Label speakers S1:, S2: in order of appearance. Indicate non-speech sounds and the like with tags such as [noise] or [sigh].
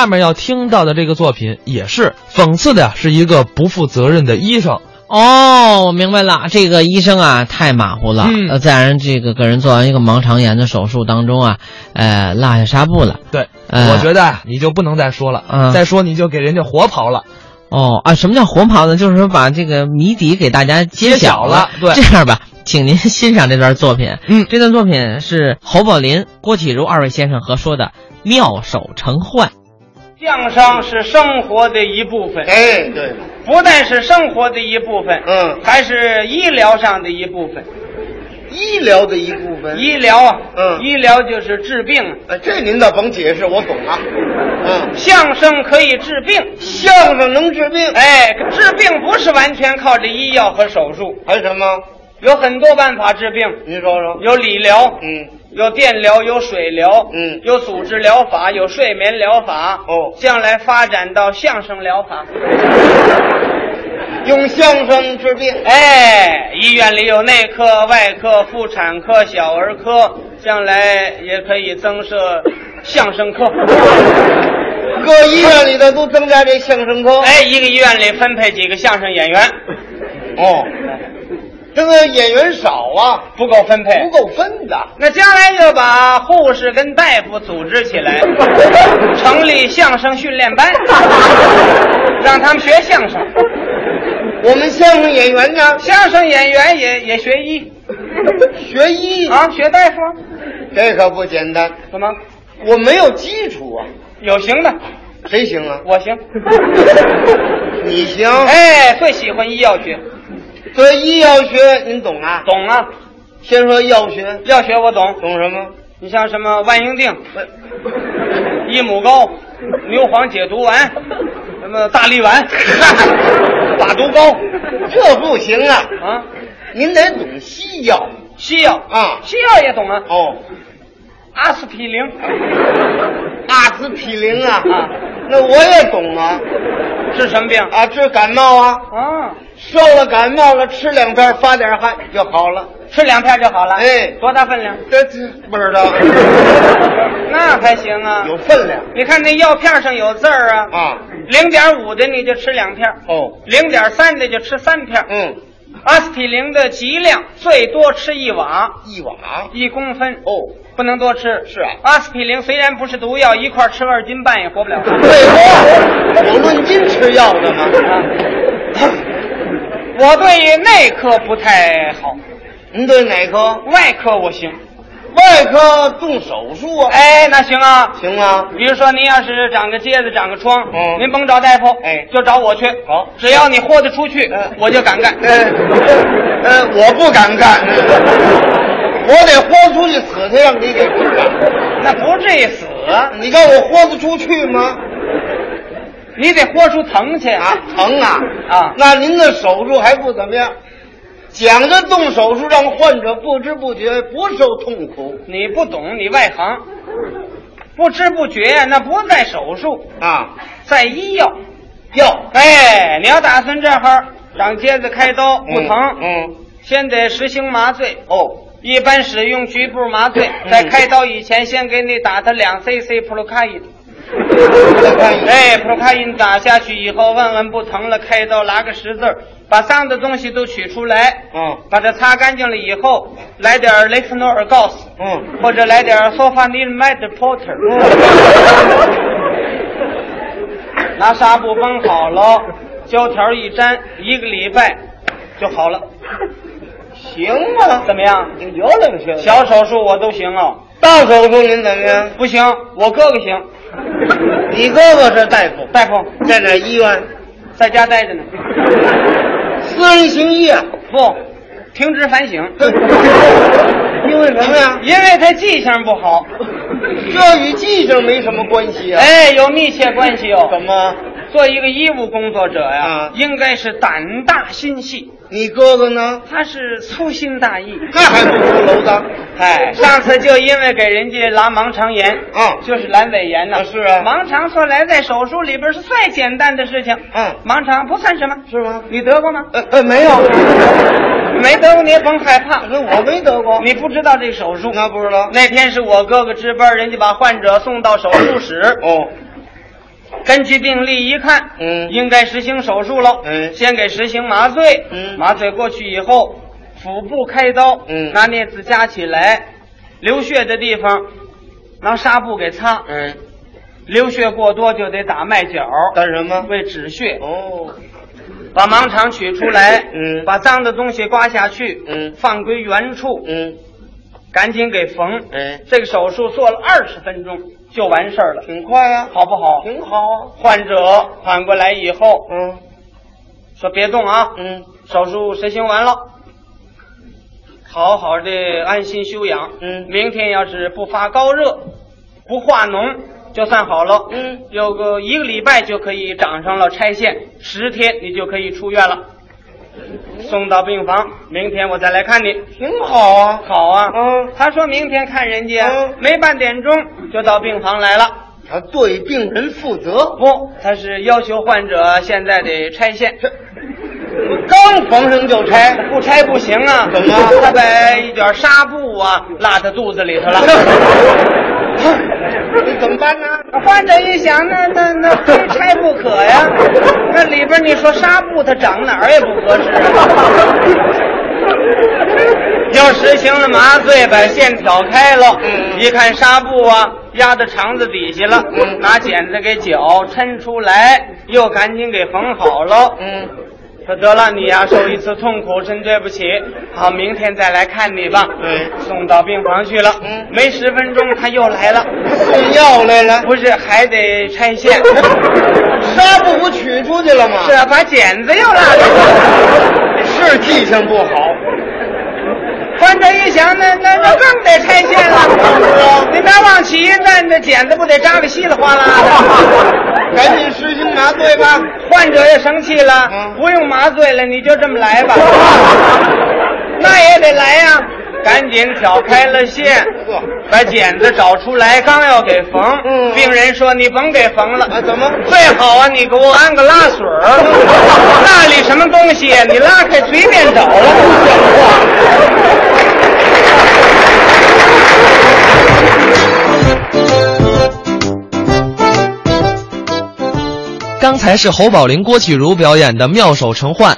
S1: 下面要听到的这个作品也是讽刺的，是一个不负责任的医生。
S2: 哦，我明白了，这个医生啊太马虎了，
S1: 嗯
S2: 呃，在人这个给人做完一个盲肠炎的手术当中啊，呃，落下纱布了。
S1: 对，
S2: 呃
S1: 我觉得啊你就不能再说了，
S2: 嗯
S1: 再说你就给人家活刨了。
S2: 哦啊，什么叫活跑呢？就是说把这个谜底给大家揭
S1: 揭
S2: 晓
S1: 晓了对
S2: 这样吧，请您欣赏这段作品。
S1: 嗯
S2: 这段作品是侯宝林、郭启儒二位先生合说的《妙手成患》。
S3: 相声是生活的一部分，
S4: 哎，对了，
S3: 不但是生活的一部分，
S4: 嗯
S3: 还是医疗上的一部分。
S4: 医疗的一部分。
S3: 医疗啊，
S4: 嗯
S3: 医疗就是治病啊。
S4: 呃，这您倒甭解释，我懂啊。嗯，
S3: 相声可以治病，
S4: 相声能治病，
S3: 哎，治病不是完全靠着医药和手术，
S4: 还有什么？
S3: 有很多办法治病，
S4: 您说说。
S3: 有理疗，
S4: 嗯，
S3: 有电疗，有水疗，
S4: 嗯
S3: 有组织疗法，有睡眠疗法，
S4: 哦
S3: 将来发展到相声疗法。
S4: 用相声治病。
S3: 哎，医院里有内科、外科、妇产科、小儿科，将来也可以增设相声
S4: [laughs]
S3: 科。
S4: 各医院里头都增加这相声科。，
S3: 哎，一个医院里分配几个相声演员，
S4: 哦，这个演员少啊，
S3: 不够分配
S4: 不。够分的。
S3: 那将来就把护士跟大夫组织起
S4: [laughs]
S3: 来，成立相声训练班，让他们学相声。
S4: 我们相声演员呢，
S3: [laughs] 相声演员也也学医
S4: 学医，
S3: 啊，学大夫，
S4: 这可不简单。
S3: 怎么
S4: 我没有基础啊，
S3: 有行的，
S4: 谁行啊？
S3: 我
S4: [laughs]
S3: 行。
S4: 你行。，
S3: 哎，最喜欢医药学，
S4: 对医药学您懂啊？。
S3: 懂啊，
S4: 先说药学，
S3: 药学我懂。
S4: 懂什么？
S3: 你像什么万应定、益母膏、牛黄解毒丸，什么大力丸、把毒膏
S4: 这不行啊！
S3: 啊，
S4: 您得懂西药
S3: 西药
S4: 啊
S3: 西药也懂啊，
S4: 哦，
S3: 阿司匹林，
S4: 阿司匹林啊
S3: 啊
S4: 那我也懂啊
S3: 治什么病？
S4: 啊，治感冒啊，
S3: 啊，
S4: 受了感冒了，吃两片发点汗就好了。
S3: 吃两片就好了。
S4: 哎
S3: 多大分量？
S4: 这这不知道
S3: 那还行啊。
S4: 有分量
S3: 你看那药片上有字儿啊，
S4: 啊
S3: 零点五的你就吃两片，
S4: 哦，
S3: 零点三的就吃三片。
S4: 嗯，
S3: 阿司匹林的剂量最多吃一瓦，
S4: 一网
S3: 一公分。
S4: 哦，
S3: 不能多吃。
S4: 是啊
S3: 阿司匹林虽然不是毒药，一块吃二斤半也活不
S4: [laughs]
S3: 了。
S4: 废话，我论斤吃药的嘛。
S3: 我对内科不太好，
S4: 您对哪科？
S3: 外科我行。
S4: 外科动手术啊？，
S3: 哎，那行啊。
S4: 行啊，
S3: 比如说，您要是长个疖子、长个疮，
S4: 嗯
S3: 您甭找大夫，
S4: 哎
S3: 就找我去。
S4: 好
S3: 只要你豁得出去，
S4: 嗯
S3: 我就敢干。
S4: 呃，呃，我不敢干，我得豁出去死去，让你给治了。
S3: 那不至于死，
S4: 你看我豁得出去吗？
S3: 你得豁出疼去
S4: 啊
S3: 啊！，
S4: 疼啊
S3: 啊
S4: 那您的手术还不怎么样，讲究动手术，让患者不知不觉不受痛苦
S3: 你不懂，你外行，不知不觉呀，那不在手术，
S4: 啊。
S3: 在医药。
S4: 药
S3: 哎，你要打算这儿长疖子开刀不疼，
S4: 嗯嗯
S3: 先得实行麻醉，
S4: 哦，
S3: 一般使用局部麻醉，
S4: 嗯
S3: 在开刀以前先给你打他两 cc 普鲁卡因。
S4: 再看一
S3: 哎，普鲁卡因打下去以后，万万不疼了，开刀拉个十字儿，把脏的东西都取出来，
S4: 嗯
S3: 把它擦干净了以后，来点雷克诺尔 g 斯，
S4: 嗯，
S3: 或者来点 sulfonamide porter，拿纱布绷好了，胶条一粘，一个礼拜就好了，
S4: 行啊，
S3: 怎么样？
S4: 有两行。
S3: 小手术我都行哦，
S4: 大手术您怎么样？
S3: 不行，我哥哥行，
S4: 你哥哥是大夫，
S3: 大夫
S4: 在哪医院？
S3: 在家待着呢，
S4: 私人行医啊。
S3: 不，停职反省，
S4: [laughs] 因为什么呀？
S3: 因为他记性不好，
S4: 这与记性没什么关系啊。
S3: 哎，有密切关系哦。
S4: 怎么？
S3: 做一个医务工作者呀、
S4: 啊
S3: 应该是胆大心细，
S4: 你哥哥呢？
S3: 他是粗心大意。
S4: 那还不如楼当。
S3: 哎，上次就因为给人家拉盲肠炎，
S4: 嗯
S3: 就是阑尾炎呢、
S4: 啊是啊
S3: 盲肠说来在手术里边是再简单的事情，
S4: 嗯
S3: 盲肠不算什么，
S4: 是吗
S3: 你得过吗？
S4: 呃呃，没有，
S3: 没得过你也甭害怕，
S4: 我没得过。
S3: 你不知道这手术。
S4: 啊那不知道。
S3: 那天是我哥哥值班，人家把患者送到手术室，
S4: 哦，
S3: 根据病历一看，
S4: 嗯
S3: 应该实行手术了，
S4: 嗯
S3: 先给实行麻醉，
S4: 嗯
S3: 麻醉过去以后，腹部开刀，
S4: 嗯
S3: 拿镊子夹起来，流血的地方拿纱布给擦，
S4: 嗯，
S3: 流血过多就得打麦角，
S4: 干什么？
S3: 为止血，
S4: 哦，
S3: 把盲肠取出来，
S4: 嗯
S3: 把脏的东西刮下去，
S4: 嗯
S3: 放归原处，
S4: 嗯，
S3: 赶紧给缝，
S4: 哎，
S3: 这个手术做了二十分钟就完事儿了，
S4: 挺快呀、
S3: 好不好？
S4: 挺好啊。
S3: 患者缓过来以后
S4: 嗯
S3: 说：“别动啊，
S4: 嗯
S3: 手术实行完了，好好的安心休养。
S4: 嗯
S3: 明天要是不发高热，不化脓，就算好了。
S4: 嗯，
S3: 有个一个礼拜就可以长上了拆线，十天你就可以出院了，送到病房。明天我再来看你。
S4: 挺好啊。
S3: 好啊，
S4: 嗯
S3: 他说明天看人家，
S4: 嗯
S3: 没半点钟就到病房来了。”
S4: 他对病人负责， [laughs]
S3: 不，他是要求患者现在得拆线，
S4: 刚缝上就拆，
S3: 不拆不行啊！
S4: 怎么了
S3: 他把一卷纱布啊落他肚子里头了。
S4: 你怎么办呢？
S3: 患者一想，那那那非拆不可
S4: [laughs]
S3: 呀！那里边你说纱布它长哪儿也不合适
S4: [laughs]
S3: 啊。又实行了麻醉，把线挑开了，
S4: 嗯
S3: 一看纱布啊压到肠子底下了，
S4: 嗯
S3: 拿剪子给绞抻出来，又赶紧给缝好了，
S4: 嗯，
S3: 说得了，你呀、受一次痛苦，真对不起。好，明天再来看你吧。
S4: 对
S3: 送到病房去了。
S4: 嗯
S3: 没十分钟他又来了，
S4: 送药来了，
S3: [laughs] 不是还得拆线？
S4: 纱布不取出去了吗？
S3: 是啊，把剪子又落了。
S4: 是记性不好，
S3: 患者一想，那那那更得拆线了。你拿往起一站，那剪子不得扎个稀里哗啦的？
S4: 赶紧实行麻醉吧。
S3: 患者也生气了，
S4: 嗯
S3: 不用麻醉了，你就这么来 [laughs] 吧。那也得来呀、赶紧挑开了线，
S4: 呵，
S3: 把剪子找出来，刚要给缝，
S4: 嗯
S3: 病人说你甭给缝了，
S4: 啊，怎么？
S3: 最好啊，你给我安个拉锁儿， [laughs] 那里什么东西啊，你拉开随便找了。
S1: 刚才是侯宝林、郭启儒表演的《妙手承幻》，